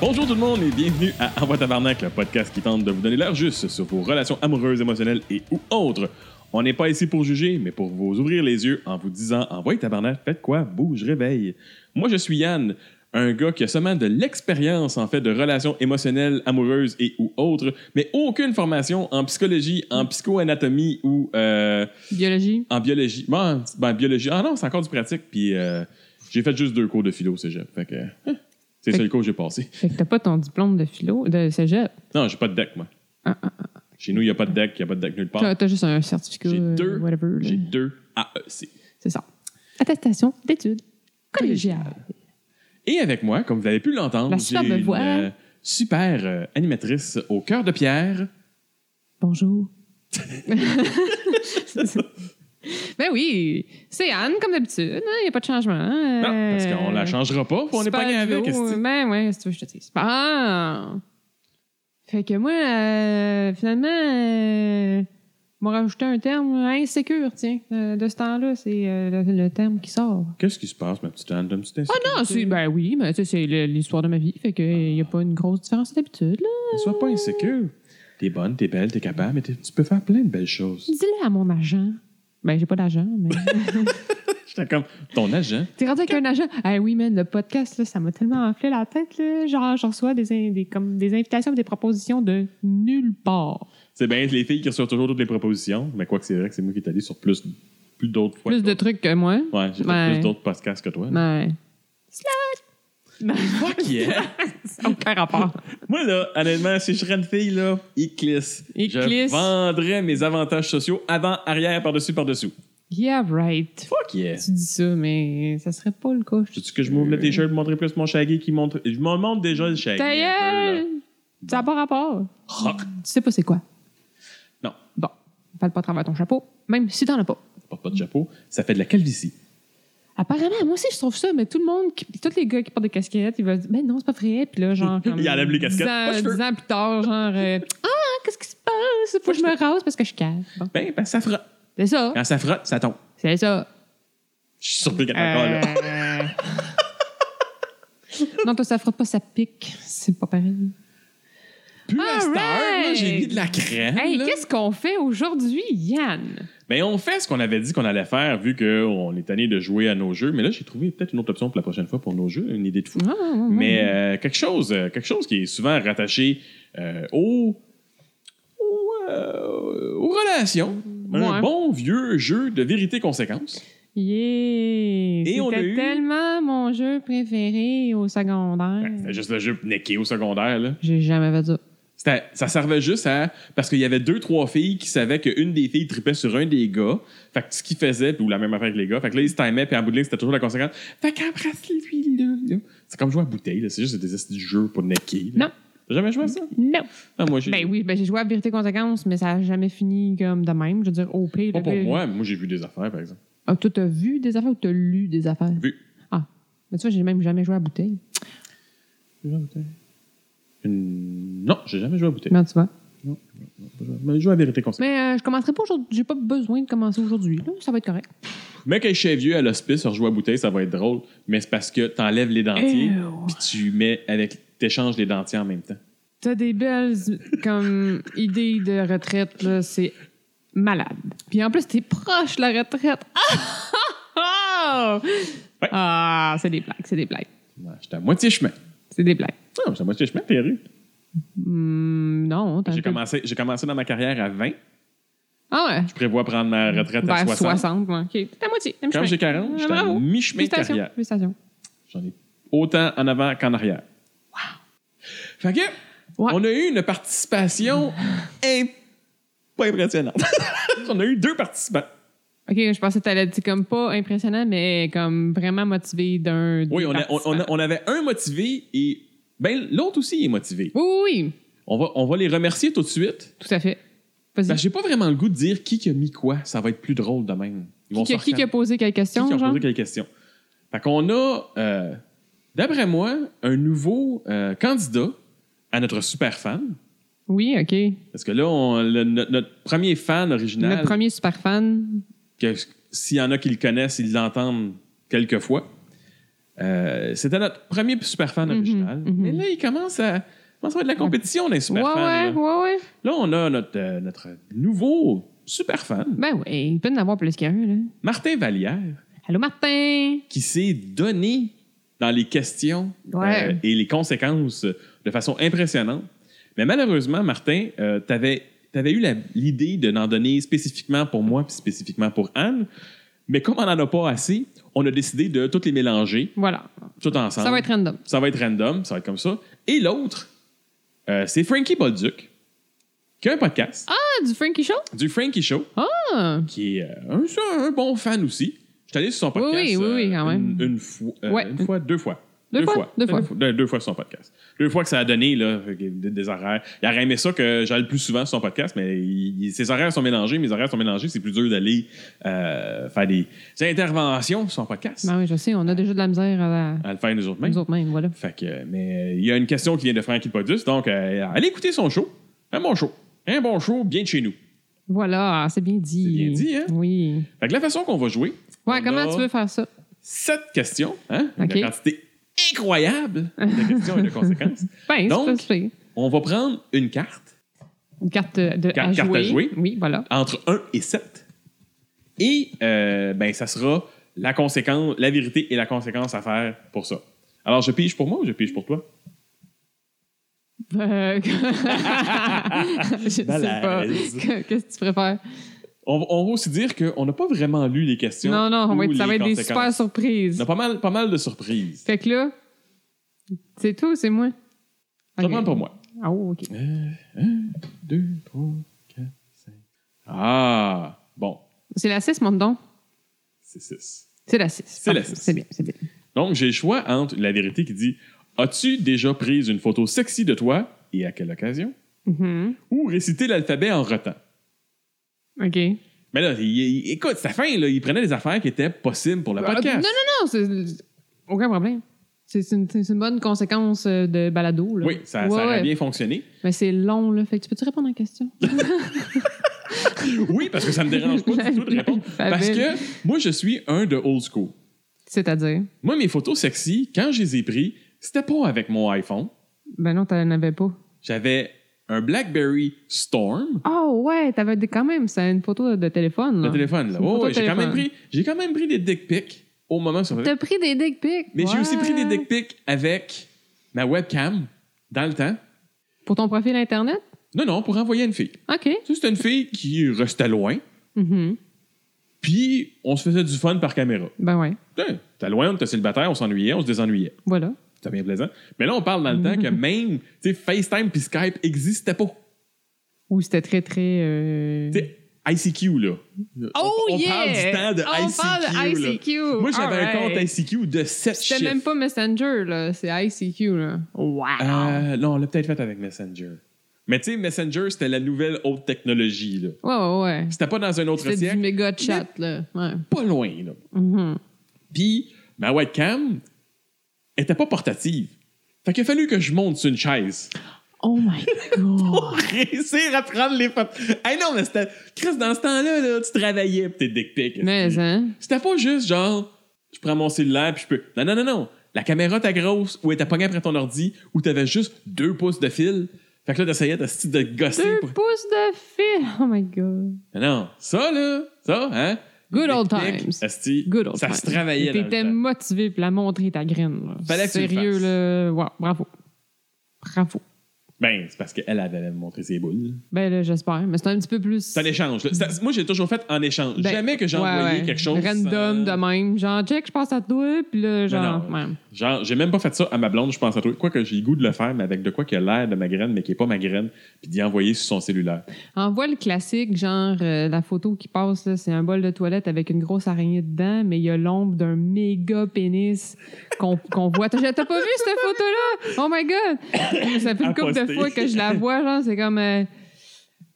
Bonjour tout le monde et bienvenue à Envoi Tabarnak, le podcast qui tente de vous donner l'air juste sur vos relations amoureuses, émotionnelles et ou autres. On n'est pas ici pour juger, mais pour vous ouvrir les yeux en vous disant Envoyez Tabarnak, faites quoi Bouge, réveille. Moi, je suis Yann, un gars qui a seulement de l'expérience en fait de relations émotionnelles, amoureuses et ou autres, mais aucune formation en psychologie, en psychoanatomie ou euh, Biologie. en biologie. Bon, ben, biologie. Ah non, c'est encore du pratique, puis euh, j'ai fait juste deux cours de philo au cégep. Fait que, hein, c'est le Fait- seul cours que j'ai passé. Fait que t'as pas ton diplôme de philo, de cégep. Non, j'ai pas de deck, moi. Ah, Chez nous, il n'y a pas de deck, il n'y a pas de deck nulle part. T'as t'as juste un certificat, J'ai euh, deux. whatever. là. J'ai deux E AEC. C'est ça. Attestation d'études collégiales. Et avec moi, comme vous avez pu l'entendre, La j'ai superbe une voix. euh, super euh, animatrice au cœur de pierre. Bonjour. ben oui, c'est Anne, comme d'habitude. Il n'y a pas de changement. hein. Non, parce qu'on la changera pas, on est Super pas rien avec. duo, esti. Ben ouais, si tu veux, je te dis. Ah! Fait que moi, euh, finalement, euh, on m'a rajouté un terme insécure, tiens, euh, de ce temps-là. C'est euh, le, le terme qui sort. Qu'est-ce qui se passe, ma petite Anne? T'as une petite Ah non, c'est, ben oui, mais tu sais, c'est le- l'histoire de ma vie. Fait qu'il n'y a pas une grosse différence d'habitude, là. Ne sois pas insécure. T'es bonne, t'es belle, t'es capable, mais t'es- tu peux faire plein de belles choses. Dis-le à mon agent. Ben, j'ai pas d'agent, mais. J'étais comme ton agent. T'es rendu avec un agent. Ah oui, man, le podcast, là, ça m'a tellement enflé la tête, là. Genre, je reçois des, in- des, comme, des invitations, des propositions de nulle part. C'est bien les filles qui reçoivent toujours toutes les propositions, mais quoi que c'est vrai que c'est moi qui t'ai dit sur plus, plus d'autres fois. Plus que de toi. trucs que moi. Ouais, j'ai fait Ouais. plus d'autres podcasts que toi. Ouais. Slot! Fuck yeah! Aucun rapport. Moi, là, honnêtement, si je serais une fille, là, Eclipse. Je Eclipse. vendrais mes avantages sociaux avant, arrière, par-dessus, par-dessous. Yeah, right. Fuck yeah! Tu dis ça, mais ça serait pas le cas. je te Veux-tu que je m'ouvre le t-shirt pour montrer plus mon shaggy qui montre. Je m'en montre déjà le shaggy. Ta un peu, là. gueule! Ça n'a pas rapport. Ah, Tu sais pas c'est quoi. Non. Bon, parle pas à travers ton chapeau, même si t'en as pas. je porte pas de chapeau. Ça fait de la calvitie. Apparemment, moi aussi, je trouve ça, mais tout le monde, qui- tous les gars qui portent des casquettes, ils vont dire, ben non, c'est pas vrai. Puis là, genre, comme. Ils enlèvent les Dix casquettes. ans, Pas de cheveux. dix ans plus tard, genre, euh, ah, qu'est-ce qui se passe? Faut que je me rase parce que je casse. Bon. Ben, ben, ça frotte. C'est ça. Quand ça frotte, ça tombe. C'est ça. Je suis surpris qu'elle est encore Euh. là. non, toi, ça frotte pas, ça pique. C'est pas pareil. Plus à cette heure, là, alright. j'ai mis de la crème. Hey, là. qu'est-ce qu'on fait aujourd'hui, Yann? Ben, on fait ce qu'on avait dit qu'on allait faire, vu qu'on est tanné de jouer à nos jeux. Mais là, j'ai trouvé peut-être une autre option pour la prochaine fois pour nos jeux, une idée de fou. Mais Mhm. euh, quelque chose, euh, quelque chose qui est souvent rattaché euh, aux, aux, euh, aux relations. Un Ouais. bon vieux jeu de vérité-conséquence. Yeah! Et on a C'était eu- tellement mon jeu préféré au secondaire. C'était juste le jeu necké au secondaire. Là. J'ai jamais fait ça. C'était- Ça servait juste à. Parce qu'il y avait deux, trois filles qui savaient qu'une des filles tripait sur un des gars. Fait que ce qu'ils faisaient, puis ou la même affaire que les gars. Fait que là, ils se timaient, puis en bout de ligne, c'était toujours la conséquence. Fait qu'embrasse-lui, là. là. C'est comme jouer à bouteille, là. C'est juste des estis de jeux pour necker. là. Non. T'as jamais joué à ça? Non! Ah, moi, j'ai. Ben oui, ben j'ai joué à Vérité Conséquence, mais ça a jamais fini comme de même. Je veux dire, au pire. Pas le pour gars- moi, mais moi, j'ai vu des affaires, par exemple. Ah, toi, t'as vu des affaires ou t'as lu des affaires? Vu. Ah, mais tu vois, j'ai même jamais joué à bouteille. Une- Non, j'ai jamais joué à bouteille. Non, tu vois. Mais joué à vérité conséquence. Mais euh, je commencerai pas aujourd'hui. J'ai pas besoin de commencer aujourd'hui. là. Ça va être correct. Mais quand je suis vieux à l'hospice, rejouer à bouteille, ça va être drôle. Mais c'est parce que t'enlèves les dentiers, Ew. puis tu mets avec. T'échanges les dentiers en même temps. T'as des belles comme idées de retraite, là, c'est malade. Puis en plus, t'es proche de la retraite. Ah! Ouais. Ah, c'est des blagues, c'est des blagues. Ouais, J'étais à moitié chemin. C'est des blagues. Non, j'étais à moitié chemin, Perru. Hum, non, t'as un J'ai peu- commencé, j'ai commencé dans ma carrière à 20. Ah ouais. Je prévois prendre ma retraite à Ben, 60. 60. ouais. OK. T'es à moitié. à Quand mi-chemin. j'ai 40, Ah, j'étais à Bravo. mi-chemin de Félicitations. carrière. Félicitations. J'en ai autant en avant qu'en arrière. Wow! Fait que, Ouais. on a eu une participation imp- pas impressionnante. on a eu deux participants. OK, je pensais que t'allais dire comme pas impressionnant, mais comme vraiment motivé d'un. Oui, d'un on, a- on- on a- on avait un motivé et ben, l'autre aussi est motivé. Oui, oui, oui, On va, on va les remercier tout de suite. tout à fait. Vas-y. Parce que j'ai pas vraiment le goût de dire qui qui a mis quoi. Ça va être plus drôle de même. Ils vont qui, qui- sortir qui a posé quelle question? qui ont genre? posé quelques questions. Fait qu'on a, euh, d'après moi, un nouveau euh, candidat à notre super fan. Oui, OK. Parce que là, on- le- notre, notre premier fan original, Notre premier super fan. que s'il y en a qui le connaissent, ils l'entendent quelquefois. Euh, c'était notre premier super fan Mhm, original. mhm. Mais là, il commence à, il commence à avoir de la compétition dans les Ouais, super fans. ouais, là. ouais, ouais. Là, on a notre, euh, notre nouveau super fan, Ben oui, il peut en avoir plus qu'un, là. Martin Vallière, Allô, Martin! qui s'est donné dans les questions Ouais. euh, et les conséquences de façon impressionnante. Mais malheureusement, Martin, tu avais, eu la- l'idée de n'en donner spécifiquement pour moi puis spécifiquement pour Anne. Mais comme on n'en a pas assez, on a décidé de toutes les mélanger, Voilà. toutes ensemble. Ça va être random. Ça va être random, ça va être comme ça. Et l'autre, euh, c'est Frankie Bolduc, qui a un podcast Ah, du Frankie Show? du Frankie Show, Ah! qui est euh, un, c'est un bon fan aussi. Je suis allé sur son Oui, podcast euh, oui, oui, oui, quand même. Une, une fois, euh, Ouais. une fois, deux fois. Deux fois, deux fois. Deux, ben, deux fois sur son podcast. Deux fois que ça a donné là, des, des horaires. Il aurait aimé ça que j'aille plus souvent sur son podcast, mais il- il- ses horaires sont mélangés, mes horaires sont mélangés. C'est plus dur d'aller euh, faire des, des interventions sur son podcast. Ben oui, je sais, on a déjà de la misère à, la- À le faire nous autres mêmes. nous autres mêmes, voilà. Fait que, euh, mais euh, il y a une question qui vient de Frankie Podus, donc euh, allez écouter son show. Un bon show. Un bon show, bien de chez nous. Voilà, c'est bien dit. C'est bien dit, hein? Oui. Fait que la façon qu'on va jouer. Ouais, on comment a tu veux faire ça? Sept questions, hein? OK. Une quantité incroyable de questions et de conséquences. Ben, Donc, c'est pas super. On va prendre une carte Une carte euh, de Carte- à, carte jouer. à jouer. Oui, voilà. entre 1 et 7. Et euh, ben, ça sera la conséquence, la vérité et la conséquence à faire pour ça. Alors, je pige pour moi ou je pige pour toi? Euh, je sais pas. Balèze. Que- Qu'est-ce que tu préfères? On, on va aussi dire qu'on n'a pas vraiment lu les questions. Non, non, on va ou être- ça les va être des conséquences. super surprises. On a pas mal, pas mal de surprises. Fait que là, c'est tout, c'est moi. Je Ok. prends pour moi. Ah, oh, OK. 2, 3, 4, 5. Ah! Bon, C'est la 6, mon don. c'est 6. C'est la 6. C'est la Parfait. six. C'est bien, c'est bien. Donc, j'ai le choix entre la vérité qui dit As-tu déjà pris une photo sexy de toi et à quelle occasion Mhm. ou réciter l'alphabet en rotant. OK. Mais là, il- il- écoute, sa fin, là, il prenait des affaires qui étaient possibles pour le Ah, podcast. Non, non, non, c'est aucun problème. C'est c'est une, c'est une bonne conséquence euh, de balado. Là. Oui, ça, ça Ouais, aurait ouais. bien fonctionné. Mais c'est long, là. Fait que tu peux-tu répondre à la question? Oui, parce que ça me dérange pas du tout de répondre. Parce que moi, je suis un de old school. C'est-à-dire? Moi, mes photos sexy, quand je les ai prises, c'était pas avec mon iPhone. Ben non, t'en avais pas. J'avais un BlackBerry Storm. Oh, ouais, t'avais des- quand même. C'est une photo de téléphone. Le là. téléphone, là. Une Oh, photo ouais, j'ai quand, même téléphone. pris- j'ai quand même pris des dick pics au moment sur T'as pris des dick pics. Mais j'ai aussi pris des Ouais. dick pics avec ma webcam dans le temps. Pour ton profil Internet? Non, non, pour envoyer à une fille. OK. Tu sais, C'était une fille qui restait loin, Mhm. puis on se faisait du fun par caméra. Ben ouais. Putain, T'es loin, on était célibataire, on s'ennuyait, on se désennuyait. Voilà. C'était bien plaisant. Mais là, on parle dans le temps que même tu sais, FaceTime puis Skype n'existaient pas. Ou c'était très, très. euh, Tu sais, ICQ, là. Oh, on, on yeah! parle du temps de On ICQ. parle de là. ICQ. Moi, j'avais All un compte right. ICQ de 7 chiffres. C'était même pas Messenger, là. C'est ICQ, là. Wow! Euh, non, on l'a peut-être fait avec Messenger. Mais tu sais, Messenger, c'était la nouvelle haute technologie, là. Ouais, ouais, ouais. C'était pas dans un autre C'était du siècle, méga chat, là. Ouais. pas loin, là. Mhm. Puis ma webcam était pas portative. Fait qu'il a fallu que je monte sur une chaise Oh my god! pour réussir à prendre les photos. Hey non, mais c'était. Chris, dans ce temps-là, là, tu travaillais pour tes dick pics. Mais, hein? C'était pas juste genre, je prends mon cellulaire puis je peux. Non, non, non, non. La caméra était grosse ou elle était pognée après ton ordi ou t'avais juste deux pouces de fil. Fait que là, t'essayais de, de gosser. Deux Pour... pouces de fil! Oh my god! Mais Non, ça, là, ça, hein? Good Les old dick pics, times. asti, Good old Ça time. se travaillait dans le T'étais temps. motivé pour la montrer, ta graine, là. Fallait que tu le Sérieux, fasses. là. Wow, bravo. Bravo. Ben, c'est parce qu'elle avait montré ses boules. Ben, là, j'espère. Mais c'est un petit peu plus. C'est un échange. là. C'est- Moi, j'ai toujours fait en échange. Ben, Jamais que j'ai ouais, envoyé ouais. quelque chose. Random sans- de même. Genre, check, je passe à toi, puis là, genre. non. ouais. Genre, j'ai même pas fait ça à ma blonde, je pense à toi. Quoi que j'ai le goût de le faire, mais avec de quoi qui a l'air de ma graine, mais qui est pas ma graine, puis d'y envoyer sur son cellulaire. Envoie le classique, genre euh, la photo qui passe, là, c'est un bol de toilette avec une grosse araignée dedans, mais il y a l'ombre d'un méga pénis qu'on qu'on voit. T'as t'as pas vu cette photo-là? Oh my God! Ça fait À une couple de poster. fois que je la vois, genre, c'est comme... euh,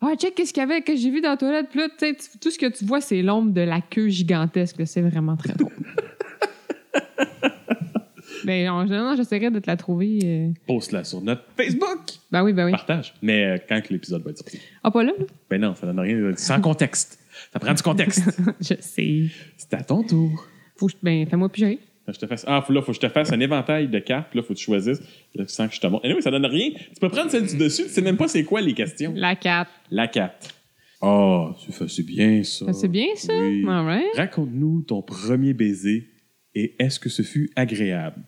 Ah, check qu'est-ce qu'il y avait que j'ai vu dans la toilette. Puis là, tu sais, tu- tout ce que tu vois, c'est l'ombre de la queue gigantesque. là. C'est vraiment très drôle. Ben, en général, j'essaierai de te la trouver. euh. Poste-la sur notre Facebook. Ben oui, ben oui. Partage. Mais euh, quand que l'épisode va être sorti. Ah, pas là, là? Ben non, ça donne rien. Sans contexte. Ça prend du contexte. Je sais. C'est à ton tour. Faut que je- Ben, fais-moi piger. Faut que je te fasse... Ah, faut, là, faut que je te fasse un éventail de cartes. puis Là, faut que tu choisisses. Là, tu sens que je te montre. Anyway, ça donne rien. Tu peux prendre celle du dessus. Tu sais même pas c'est quoi les questions. La 4. La carte. Ah, tu fais- c'est bien ça. C'est bien, ça? Oui. All right. Raconte-nous ton premier baiser et est-ce que ce fut agréable?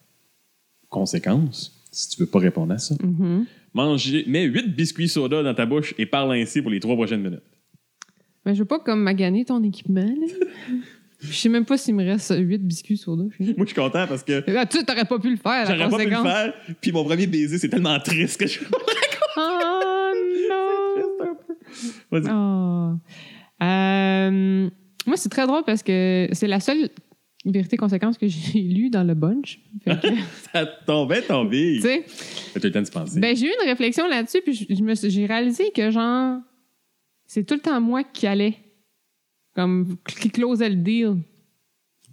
Conséquence, si tu veux pas répondre à ça, Mhm. manger, mets 8 biscuits soda dans ta bouche et parle ainsi pour les 3 prochaines minutes. Mais Ben, je veux pas comme maganer ton équipement, là. Je sais même pas s'il me reste 8 biscuits soda. je sais. Moi, je suis content parce que Eh ben, tu t'aurais pas pu le faire, la j'aurais pas pu le conséquence. faire. Puis mon premier baiser, c'est tellement triste que je suis Oh non! triste un peu. Vas-y. Oh. Euh, moi, c'est très drôle parce que c'est la seule vérité conséquence que j'ai lue dans le bunch. Fait que, Ça tombait, tombait. tu sais, T'as le temps de penser. ben, j'ai eu une réflexion là-dessus, puis je- je me suis- j'ai réalisé que, genre, c'est tout le temps moi qui allais, comme, qui closait le deal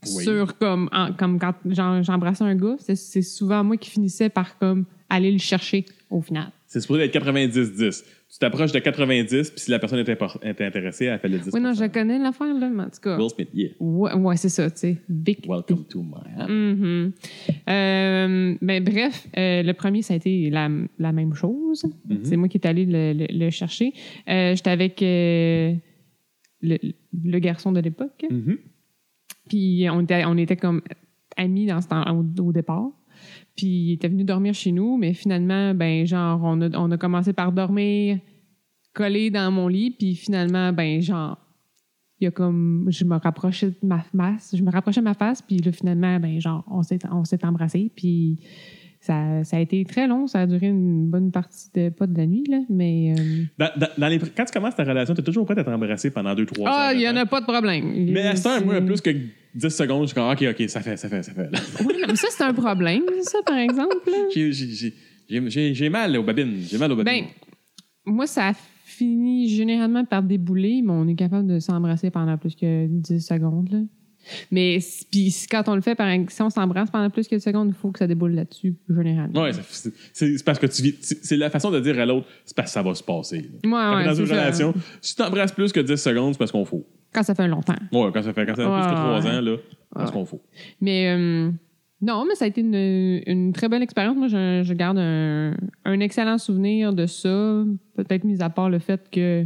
Oui. sur, comme, en- comme quand j'en- j'embrassais un gars, c'est- c'est souvent moi qui finissais par, comme, aller le chercher au final. C'est supposé être 90-10. Tu t'approches de 90, puis si la personne est, impor- est intéressée, elle fait le 10. Oui, non, je connais l'affaire, là, mais en tout cas. Will Smith, yeah. Ouais, ouais, c'est ça, tu sais. Big Welcome to my house. Mhm. Euh, ben, bref, euh, le premier, ça a été la, la même chose. Mhm. C'est moi qui est allée le, le- le chercher. Euh, J'étais avec euh, le, le garçon de l'époque. Mhm. Puis on était, on était comme amis dans ce temps- au, au départ. Puis il était venu dormir chez nous, mais finalement, ben genre, on a, on a commencé par dormir collé dans mon lit. Puis finalement, ben genre, il y a comme, je me rapprochais de ma face, je me rapprochais de ma face. Puis là, finalement, ben genre, on s'est, on s'est embrassés. Puis ça, ça a été très long, ça a duré une bonne partie de, pas de la nuit, là, mais... euh, Dans- dans- dans les pr- quand tu commences ta relation, tu es toujours prêt à t'embrasser pendant 2-3 heures. Ah, il y en de temps. a pas de problème. Mais à ce temps, C'est- moi, plus que 10 secondes, je suis comme, OK, OK, ça fait, ça fait, ça fait. Oui, non, mais ça, c'est un problème, ça, par exemple. là. J'ai- j'ai- j'ai- j'ai- J'ai j'ai mal aux babines. J'ai mal aux babines. Ben, moi, ça finit généralement par débouler, mais on est capable de s'embrasser pendant plus que 10 secondes. là. Mais c- puis si- quand on le fait, par exemple, si on s'embrasse pendant plus que 10 secondes, il faut que ça déboule là-dessus, généralement. Ouais, ça- c'est c'est parce que tu vis. c'est- C'est la façon de dire à l'autre, c'est parce que ça va se passer. là. Ouais, Quand ouais, t'es dans c'est une ça. relation, si tu t'embrasses plus que 10 secondes, c'est parce qu'on faut. Quand ça fait longtemps. Ouais, quand ça fait, quand ça fait Ouais, plus que 3 ouais. ans, là, c'est parce Ouais. qu'on faut. Mais euh, non, mais ça a été une, une très belle expérience. Moi, je, je garde un, un excellent souvenir de ça. Peut-être mis à part le fait que,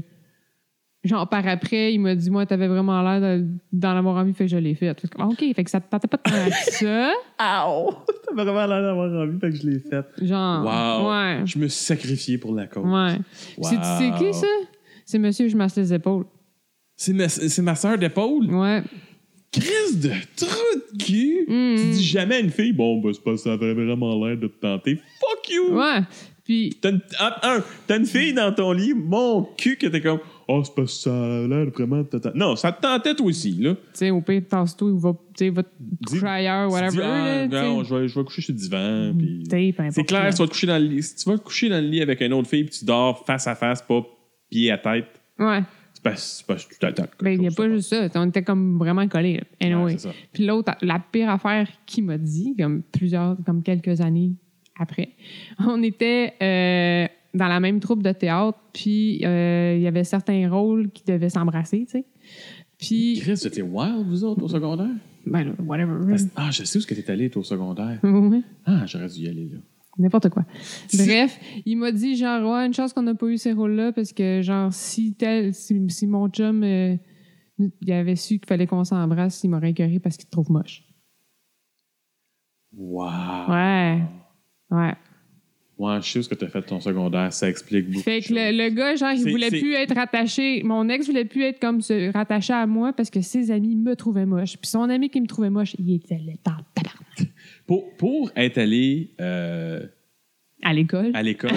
genre, par après, il m'a dit, moi, t'avais vraiment l'air de- d'en avoir envie, fait que je l'ai fait. Fait que, ah, OK, fait que ça te tentait pas de faire ça. T'as vraiment l'air d'avoir envie, fait que je l'ai fait. Genre, Wow. Ah, ouais. Je me suis sacrifié pour la cause. Ouais. Wow. C'est, c'est qui, ça? C'est Monsieur Je masse les épaules. C'est ma, c'est ma soeur d'épaule. Ouais. Crise de trou de cul! Mm. Tu dis jamais à une fille, bon, ben, c'est pas ça avait vraiment l'air de te tenter. Fuck you! Ouais. Puis, T'as une, ah, un, t'as une fille dans ton lit, mon cul, que t'es comme, oh, c'est pas ça a l'air vraiment de te tenter. Non, ça te tentait toi aussi, là. tu sais, au pire, tasse-toi ou va, tu sais, va te Dis- cry air, Tu whatever. dis, ah, là, Hmm, tu sais. non, je vais, je vais coucher sur le divan. puis- T'sais, peu C'est importe. clair, si tu vas te coucher dans le lit. Si tu vas te coucher dans le lit avec une autre fille, puis tu dors face à face, pas pied à tête, Ouais. c'est parce c'est parce que tu t'attaques. Ben, il n'y a pas juste ça. On était comme vraiment collés. là. Anyway. Ouais, c'est ça. Puis l'autre, la pire affaire qu'il m'a dit, comme plusieurs, comme quelques années après, on était euh, dans la même troupe de théâtre, puis euh, il y avait certains rôles qui devaient s'embrasser, tu sais. Puis, Chris, vous étiez wild, vous autres, au secondaire? ben là, whatever. Parce- Ah, je sais où est-ce que t'es allé, toi, au secondaire. Ouais, Ah, j'aurais dû y aller, là. N'importe quoi. Si- Bref, il m'a dit, genre, ouais, une chance qu'on n'a pas eu ces rôles-là, parce que, genre, si tel, si, si mon chum, euh, il avait su qu'il fallait qu'on s'embrasse, il m'aurait écœuré parce qu'il te trouve moche. Wow. Ouais. Ouais. Ouais, je sais ce que t'as fait ton secondaire, ça explique beaucoup. Fait de que le, choses. le gars, genre, il C'est- voulait c'est- plus être rattaché. Mon ex voulait plus être comme se rattaché à moi parce que ses amis me trouvaient moche. Puis son ami qui me trouvait moche, il était le temps tabarnak. Pour, pour être allé euh, à l'école. à l'école,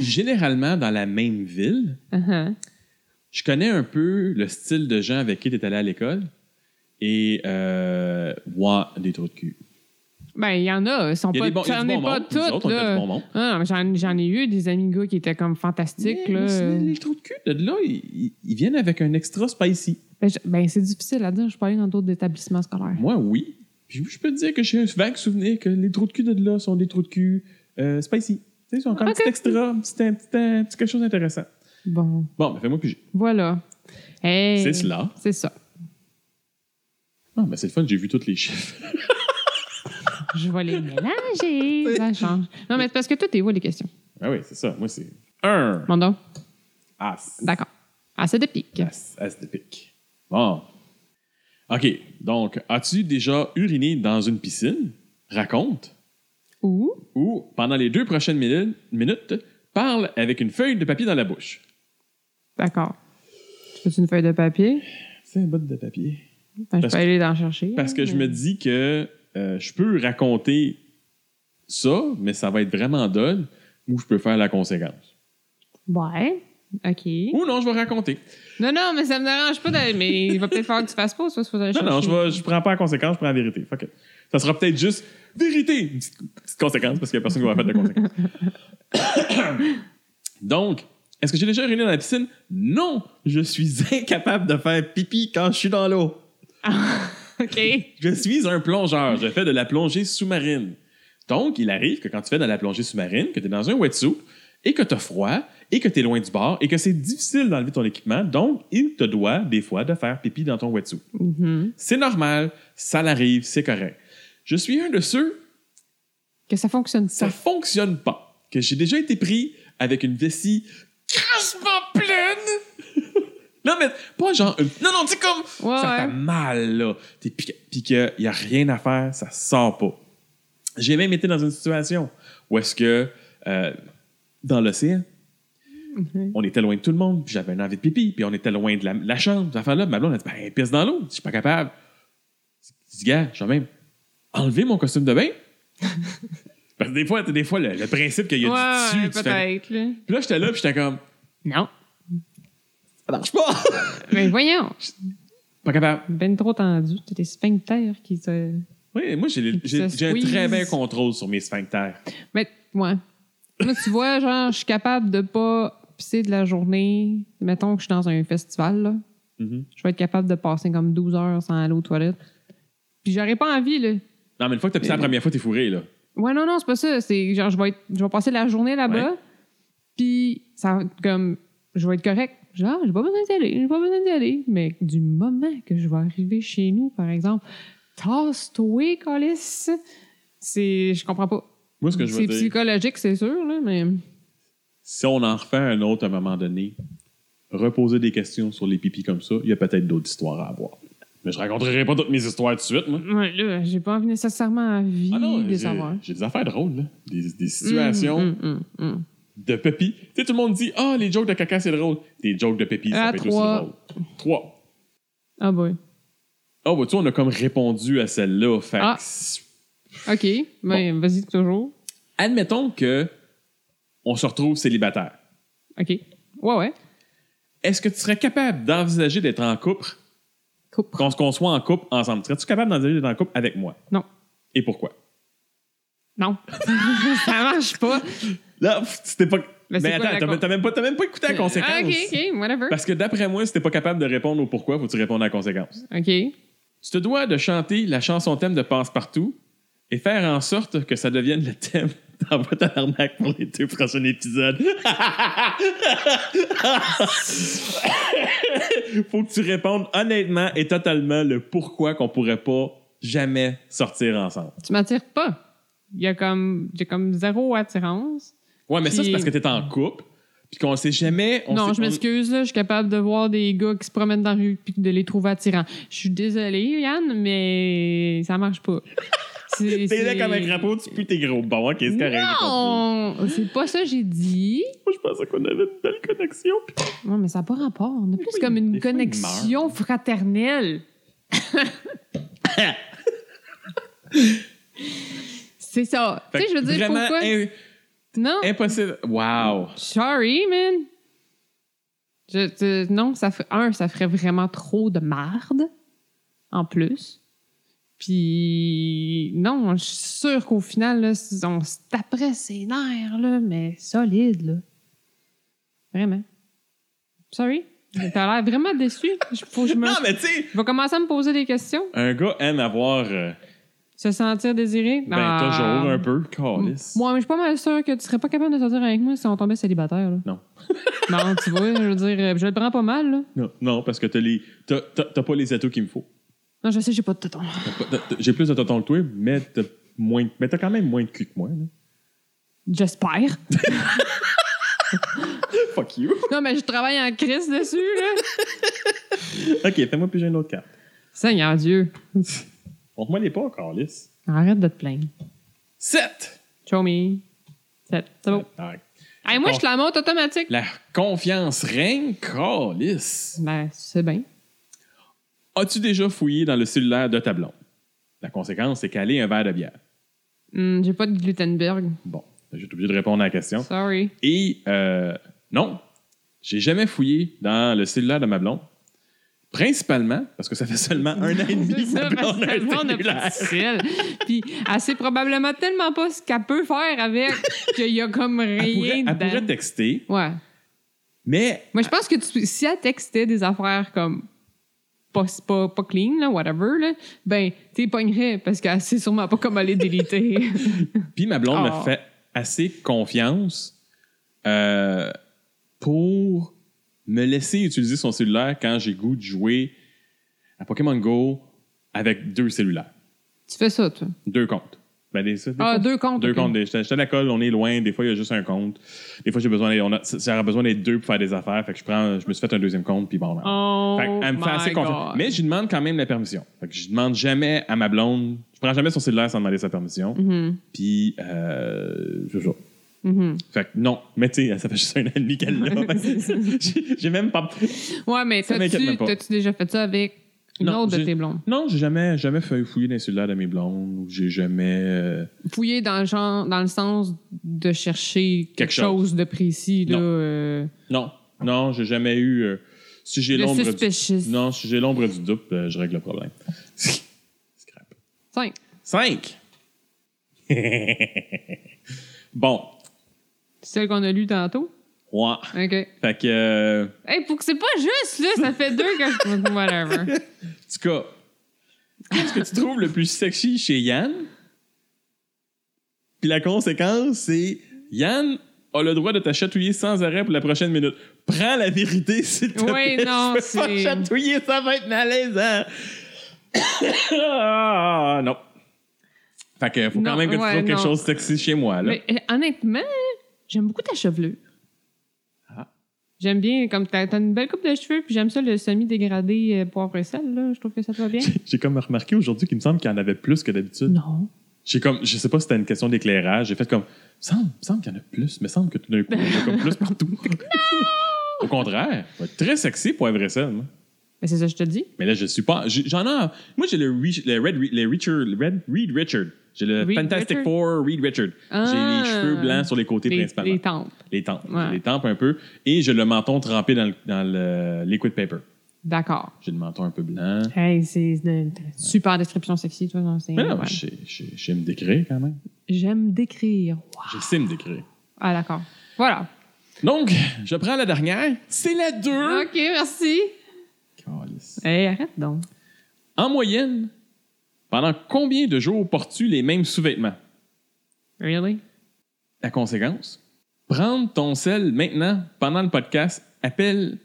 généralement dans la même ville, Uh-huh. je connais un peu le style de gens avec qui t'es allé à l'école. Et, euh, ouais, des trous de cul. Ben, il y en a. Ils sont Il y a pas, des bons, il y a j'en du ai bon pas monde. Nous toutes, autres, on a là. du bon monde. Ah, non, j'en, j'en ai eu des amis gars qui étaient comme fantastiques, Mais- là. euh, mais c'est- les trous de cul, de là, ils, ils- ils viennent avec un extra spicy. Ben, je- ben, c'est difficile à dire. Je suis pas allée dans d'autres établissements scolaires. Moi, oui. Puis je peux te dire que j'ai un vague souvenir que les trous de cul de là sont des trous de cul euh, spicy. Tu sais, c'est encore un Ok. petit extra, c'est un petit, un petit quelque chose d'intéressant. Bon, Bon, ben fais-moi piger. voilà. Hey, C'est cela. C'est ça. Ah, ben c'est le fun, j'ai vu tous les chiffres. Je vais les mélanger. ça change. Non, mais c'est parce que toi, t'es où les questions? Ah oui, c'est ça. Moi, c'est un Bon, donc, as. d'accord. Assez de pique. As, as de pique. Bon. OK. Donc, as-tu déjà uriné dans une piscine? Raconte. Ou, Ou, pendant les deux prochaines minu- minutes, parle avec une feuille de papier dans la bouche. d'accord. Tu veux une feuille de papier? C'est un bout de papier. Ben, je Parce peux aller en chercher. Parce que je Mm. me dis que euh, je peux raconter ça, mais ça va être vraiment dole, ou je peux faire la conséquence. Ouais. OK. Ou non, je vais raconter. Non, non, mais ça me dérange pas d'aller. Mais il va peut-être falloir que tu fasses pause, ça, si faut aller Non, chercher. non, je, vais- je prends pas la conséquence, je prends la vérité. Fuck it. Ça sera peut-être juste vérité, une petite, petite conséquence, parce qu'il n'y a personne qui va faire de conséquence. Donc, est-ce que j'ai déjà uriné dans la piscine? Non, je suis incapable de faire pipi quand je suis dans l'eau. OK. Je suis un plongeur. Je fais de la plongée sous-marine. Donc, il arrive que quand tu fais de la plongée sous-marine, que tu es dans un wetsuit et que tu as froid et que tu es loin du bord et que c'est difficile d'enlever ton équipement, donc il te doit des fois de faire pipi dans ton wetsuit. Mhm. C'est normal, ça l'arrive, c'est correct. Je suis un de ceux, Que ça fonctionne ça ça. fonctionne pas, que j'ai déjà été pris avec une vessie crassement pleine. non, mais pas genre... une- Non, non, c'est comme Ouais, ça fait ouais. mal, là. T'es piqué, puis qu'il n'y a rien à faire, ça sort pas. J'ai même été dans une situation où est-ce que, euh, dans l'océan, Mhm. on était loin de tout le monde, puis j'avais une envie de pipi, puis on était loin de la, la chambre. Cette affaire-là, ma blonde a dit Ben, pisse dans l'eau, je suis pas capable. Je dis, gars, je vais même enlever mon costume de bain. Parce que des fois, des fois le, le principe qu'il y a du Ouais, tissu, ouais, tu fais. peut-être. là. Puis là, j'étais là, puis j'étais comme Non. Ça marche pas Mais voyons. Pas capable. Ben trop tendu. T'as des sphincters qui se. Oui, moi, j'ai les- Puis j'ai ça j'ai un squeeze. très bien contrôle sur mes sphincters. Mais, ouais. Moi, tu vois, genre, je suis capable de pas pisser de la journée. Mettons que je suis dans un festival, là. Mhm. Je vais être capable de passer comme 12 heures sans aller aux toilettes. Puis j'aurais pas envie, là. Non, mais une fois que t'as pissé la première fois, t'es fourré, là. Ouais, non, non, c'est pas ça. C'est genre, je vais, être- je vais passer la journée là-bas, puis ça va être comme, je vais être correct. Genre, j'ai pas besoin d'y aller, j'ai pas besoin d'y aller. Mais du moment que je vais arriver chez nous, par exemple, tasse-toi, Colis. C'est. Je comprends pas. Moi, ce que je veux C'est dire, psychologique, c'est sûr, là, mais. si on en refait un autre à un moment donné, reposer des questions sur les pipis comme ça, il y a peut-être d'autres histoires à avoir. Mais je raconterai pas toutes mes histoires tout de suite, moi. Ouais, là, j'ai pas envie nécessairement à vie de Ah j'ai- savoir. j'ai des affaires drôles, là. Des, des situations Hum, hum, hum, hum. de pépi. Tu sais, tout le monde dit Ah, les jokes de caca, c'est drôle. Des jokes de pépi, ça Ah, peut être trois. aussi drôle. Trois. Ah, boy. Ah, bah, tu vois, on a comme répondu à celle-là. Fait que Ah. c'est- OK, ben, vas-y toujours. admettons que on se retrouve célibataire. OK. Ouais, ouais. Est-ce que tu serais capable d'envisager d'être en couple Coupe. qu'on qu'on soit en couple ensemble. Serais-tu capable d'en d'être en couple avec moi? Non. Et pourquoi? Non. ça marche pas. Là, pff, c'était pas. Mais Mais, c'est quoi attends, la t'as con- t'as même, pas- t'as même pas écouté la conséquence. Ah, OK, OK, whatever. Parce que d'après moi, si t'es pas capable de répondre au pourquoi, faut que tu répondes à la conséquence. OK. Tu te dois de chanter la chanson thème de Passe-Partout et faire en sorte que ça devienne le thème d'Envoi Tabarnak pour les deux prochains épisodes. faut que tu répondes honnêtement et totalement le pourquoi qu'on pourrait pas jamais sortir ensemble. Tu m'attires pas. Il y a comme... J'ai comme zéro attirance. Ouais, mais ça, c'est Puis- parce que t'es en couple, puis qu'on sait jamais. on non, sait- je on- m'excuse, là. Je suis capable de voir des gars qui se promènent dans la rue puis de les trouver attirants. Je suis désolée, Yann, mais ça marche pas. C'est- T'es là c'est- comme un crapaud, tu pues tes gros. Bon, ok, c'est correct. j'ai compris. Non! C'est pas ça que j'ai dit. Moi, je pensais qu'on avait une belle connexion. Non, mais ça n'a pas rapport. On a plus fois, comme il- une des fois, il connexion fraternelle. C'est ça. Tu Fait sais, je veux que dire, vraiment pourquoi... im- Non, impossible. Wow. sorry, man. Je, te- non, ça fait, un, ça ferait vraiment trop de marde, en plus. Puis, non, je suis sûre qu'au final, là, si on se taperait ses nerfs, là, mais solide, là. Vraiment. Sorry. Mais T'as l'air vraiment déçu. Je- Faut que je me... Non, mais tu sais, Je vais commencer à me poser des questions. un gars aime avoir euh, Se sentir désiré? Ben, Ah. toujours un peu, calice. Moi, mais je suis pas mal sûre que tu serais pas capable de sortir avec moi si on tombait célibataire. Là. Non. non, tu vois, je veux dire, euh, je le prends pas mal. Là. Non, non, parce que t'as les- t'as- t'as- t'as pas les atouts qu'il me faut. Non, je sais, j'ai pas de tonton. T'as pas- t'as- t'as- J'ai plus de tonton que toi, mais t'as moins, mais t'as quand même moins de cul que moi. là. J'espère. Fuck you. non, mais je travaille en crise dessus. Là. ok, fais-moi puis j'ai une autre carte. Seigneur Dieu, Montre-moi les pas, calice. arrête de te plaindre. 7! Show me. C'est c'est bon. Hey, moi, je te la monte automatique. La confiance règne, calice. Ben, c'est bien. As-tu déjà fouillé dans le cellulaire de ta blonde? La conséquence, c'est qu'elle est un verre de bière. Hum, j'ai pas de Glutenberg. Bon, j'ai été obligé de répondre à la question. Sorry. Et euh, non, j'ai jamais fouillé dans le cellulaire de ma blonde. Principalement parce que ça fait seulement un an et demi C'est que ma ça, parce blonde que a un la blonde a pas cellulaire. de cils. Puis, elle sait probablement tellement pas ce qu'elle peut faire avec qu'il y a comme rien Elle pourrait, elle dedans. pourrait texter, Ouais. mais Moi, je pense que tu- si elle textait des affaires comme pas, pas, pas clean, là, whatever, là, ben, t'es pognerais parce qu'elle sait sûrement pas comment les déliter. puis ma blonde Oh. me fait assez confiance euh, pour me laisser utiliser son cellulaire quand j'ai goût de jouer à Pokémon Go avec deux cellulaires, tu fais ça, toi. deux comptes. Ben, des- des Ah, comptes. deux comptes. Deux ok. comptes. J'étais j'étais à l'école, on est loin. Des fois, il y a juste un compte. Des fois, j'ai besoin. on a- Sarah a besoin des deux pour faire des affaires. Fait que je prends, je me suis fait un deuxième compte, puis bon. ben. non. Oh, Fait que elle me fait assez confiance. Mais je lui demande quand même la permission. Fait que je demande jamais à ma blonde. Je prends jamais son cellulaire sans demander sa permission. Mm-hmm. Puis, euh, c'est ça. Fait que non. Mais tu sais, ça fait juste un an et demi qu'elle l'a. Fait que j'ai- J'ai même pas. Ouais, mais Ça m'inquiète t'as-tu même pas. t'as-tu déjà fait ça avec une Non, autre de j'ai- tes blondes? Non, j'ai jamais, jamais fait fouiller dans les cellulaires de mes blondes. ou J'ai jamais. euh, Fouiller dans le, genre, dans le sens de chercher quelque, Quelque chose. chose. de précis, là. Non. euh, Non. Non, j'ai jamais eu. euh, si j'ai le l'ombre du suspicious. Non, si j'ai l'ombre du doute, euh, je règle le problème. Scrap. Cinq. Cinq! bon. C'est celle qu'on a lue tantôt? Ouais. OK. Fait que, euh, en Hey, pour que c'est pas juste, là, ça fait deux que je... Whatever. tout cas, qu'est-ce que tu trouves le plus sexy chez Yann? Puis la conséquence, c'est Yann a le droit de te chatouiller sans arrêt pour la prochaine minute. Prends la vérité, s'il te Oui, plaît. Je non, peux pas c'est- chatouiller, ça va être malaisant. Ah, non. Fait que faut Non, quand même que ouais, tu trouves quelque non. chose de sexy chez moi. Là. Mais euh, honnêtement, j'aime beaucoup ta chevelure. Ah. J'aime bien, comme t'as t'as une belle coupe de cheveux, puis j'aime ça le semi-dégradé euh, poivre et sel, là. Je trouve que ça te va bien. J'ai comme remarqué aujourd'hui qu'il me semble qu'il y en avait plus que d'habitude. non. J'ai comme, je sais pas si c'était une question d'éclairage. J'ai fait comme, semble, semble qu'il y en a plus, mais semble que tout d'un coup, il y en a comme plus partout. Au contraire, ça va être très sexy pour Everessel. moi. Mais c'est ça, que je te dis. Mais là, je suis pas. j'ai- J'en ai. Moi, j'ai le, Re- le Red, Re- le Richard, le Red, Reed Richard. J'ai le Reed Fantastic Richard? Four Reed Richard. J'ai Ah. les cheveux blancs sur les côtés Les, principalement. les tempes. Les tempes. Ouais. J'ai Les tempes un peu. Et j'ai le menton trempé dans le, dans le liquid paper. D'accord. J'ai le menton un peu blanc. Hey, c'est une super description sexy, toi. non, c'est- Mais non, ouais. je sais- je sais- je sais me décrire quand même. J'aime décrire. Wow. Je sais me décrire. Ah, d'accord. Voilà. Donc, je prends la dernière. C'est la 2. OK, merci. Hein? Hey, arrête donc. En moyenne, pendant combien de jours portes-tu les mêmes sous-vêtements? Really? La conséquence? Prendre ton sel maintenant pendant le podcast, appelle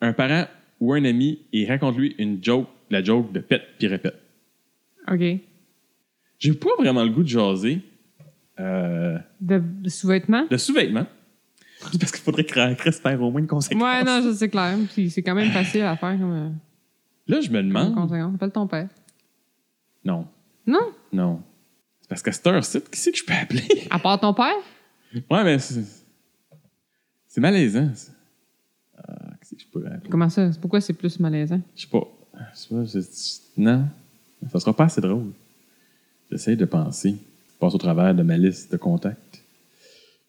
un parent ou un ami et raconte-lui une joke, la joke de pète puis répète. OK. J'ai pas vraiment le goût de jaser euh, De sous-vêtements? de sous-vêtements. C'est Parce qu'il faudrait que Chris faire au moins une conséquence. Ouais, non, je sais clair. Puis c'est quand même facile à faire comme, euh, Là, je me comme demande. conséquence. Appelle ton père. Non, Non? non. C'est parce qu'à cette heure-ci, qui c'est que je peux appeler? À part ton père? Ouais, mais c'est c'est malaisant. ça. Ah, qu'est-ce que je peux appeler? Comment ça? C'est- Pourquoi c'est plus malaisant? Je sais pas. Je sais pas, c'est- Non, ça sera pas assez drôle. J'essaie de penser. Je passe au travers de ma liste de contacts.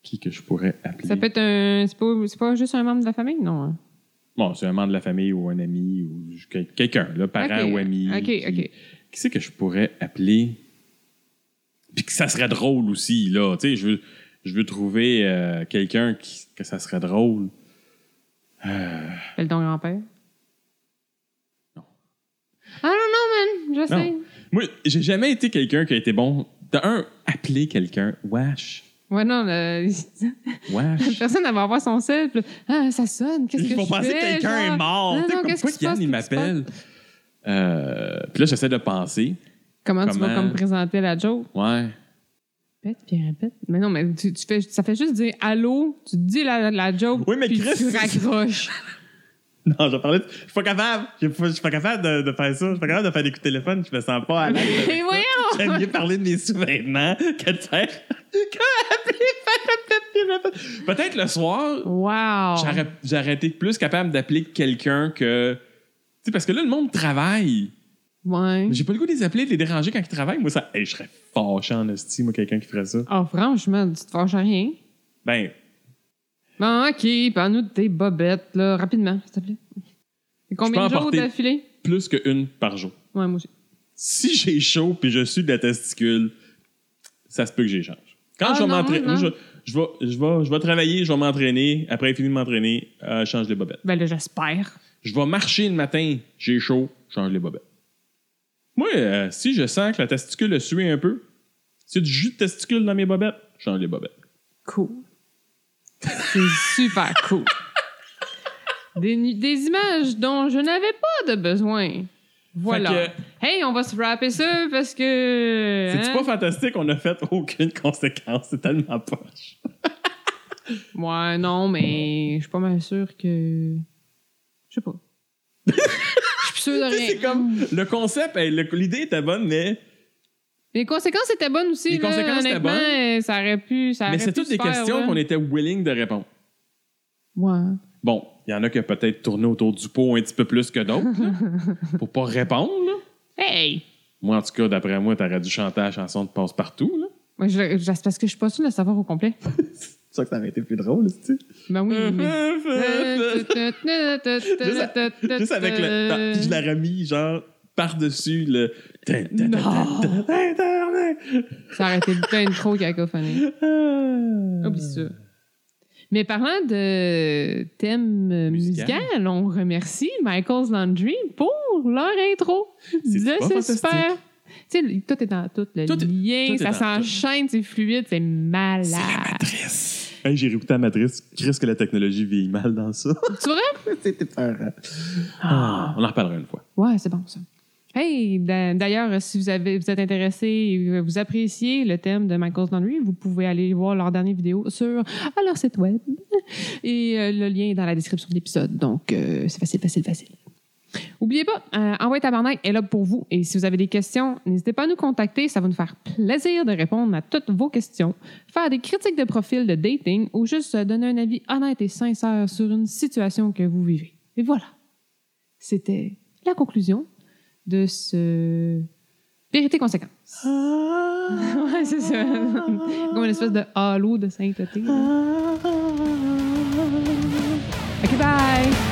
Qui que je pourrais appeler? Ça peut être un. C'est pas, c'est pas juste un membre de la famille? Non. hein? Bon, c'est un membre de la famille ou un ami ou quel- quelqu'un, là, parent Ok, ou ami. ok, qui- ok. Qui c'est que je pourrais appeler? Puis que ça serait drôle aussi, là. Tu sais, je veux, je veux trouver euh, quelqu'un qui- que ça serait drôle. Appelle ton grand-père? Non. Ah non, non, man! Je sais. Moi, j'ai jamais été quelqu'un qui a été bon. T'as un, appeler quelqu'un. Wesh. Ouais, non, le- la Wesh. personne, elle va avoir son sel, puis là, ah, ça sonne, qu'est-ce que Ils je vont penser que fais, quelqu'un genre? est mort. Non, Tu sais, non, comme qu'est-ce pourquoi qui se Yann, passe, il qu'est-ce qui se m'appelle. Euh, puis là, j'essaie de penser. Comment, tu vas Comment? comme présenter la joke? Ouais. Répète, puis répète. Mais non, mais tu, tu fais, ça fait juste dire allô, tu dis la, la joke, Oui, mais puis Chris, tu c'est- raccroches. Non, j'en parlais. Je suis pas capable. Je suis pas- je suis pas capable de, de faire ça. Je suis pas capable de faire des coups de téléphone. Je me sens pas à l'aise. Mais J'aime voyons! mieux parler de mes sous-vêtements que de faire. Peut-être le soir, Wow! j'aurais- j'aurais été plus capable d'appeler quelqu'un que. Tu sais, parce que là, le monde travaille. Ouais. J'ai pas le goût de les appeler, de les déranger quand ils travaillent. Moi, ça. Hey, je serais fâché en hostie, moi, quelqu'un qui ferait ça. Oh, franchement, tu te fâches à rien. Ben, Bon, OK, parle-nous de tes bobettes, là, rapidement, s'il te plaît. Et combien peux de jours emporter. d'affilée? plus qu'une par jour. Ouais, moi aussi. si j'ai chaud puis je suis de la testicule, ça se peut que j'échange. Quand Ah, je vais non, m'entraîner, non. je, je vais, je, vais, je vais travailler, je vais m'entraîner. Après, fini de m'entraîner, euh, je change les bobettes. Ben là, j'espère. Je vais marcher le matin, j'ai chaud, je change les bobettes. Moi, euh, si je sens que la testicule a sué un peu, si y a du jus de testicule dans mes bobettes, je change les bobettes. Cool. C'est super cool. Des, nu- des images dont je n'avais pas de besoin. Voilà. Fait Hey, on va se rapper ça parce que... C'est-tu hein? pas fantastique? On n'a fait aucune conséquence. C'est tellement poche. Ouais, non, mais je suis pas mal sûr que... Je sais pas. Je suis sûre de Tu sais, rien. C'est comme le concept, hey, le- l'idée était bonne, mais Les conséquences étaient bonnes aussi. Les là, conséquences étaient honnêtement, euh, Ça aurait pu. Ça mais aurait c'est pu toutes se des faire, questions là. qu'on était willing de répondre. Ouais. Bon, il y en a qui ont peut-être tourné autour du pot un petit peu plus que d'autres, là, pour pas répondre. là. Hey! Moi, en tout cas, d'après moi, t'aurais dû chanter la chanson de Passe-Partout. là. Moi, je- je- c'est parce que je suis pas sûre de le savoir au complet. C'est ça que ça aurait été plus drôle, tu Ben oui, mais. Juste Juste avec le. Euh, Non, puis je l'aurais mis, genre, par-dessus le. Non! Ah! Ça aurait été bien trop cacophonique. Ah! Oublie ça. Mais parlant de thème euh, Musical. musical, on remercie Michael's Laundry pour leur intro. C'est De pas ce fantastique. super. Tu sais, tout est en tout. Le Tout est- lien, tout est ça dans tout. s'enchaîne, c'est fluide, c'est C'est la malade. matrice. Hey, J'ai réécouté la matrice. Chris, que la technologie vieillit mal dans ça. Tu vois? C'était peur. Ah, on en reparlera une fois. Ouais, c'est bon ça. Hey, d'a- d'ailleurs, si vous, avez, vous êtes intéressé et euh, vous appréciez le thème de Michael's Laundry, vous pouvez aller voir leur dernière vidéo sur à leur site web. Et euh, le lien est dans la description de l'épisode. Donc, euh, c'est facile, facile, facile. Oubliez pas, euh, Envoie Tabarnak est là pour vous. Et si vous avez des questions, n'hésitez pas à nous contacter. Ça va nous faire plaisir de répondre à toutes vos questions, faire des critiques de profil de dating ou juste euh, donner un avis honnête et sincère sur une situation que vous vivez. Et voilà. C'était la conclusion de ce vérité conséquence. ouais, c'est ça. Comme une espèce de halo de sainteté. là. OK, bye!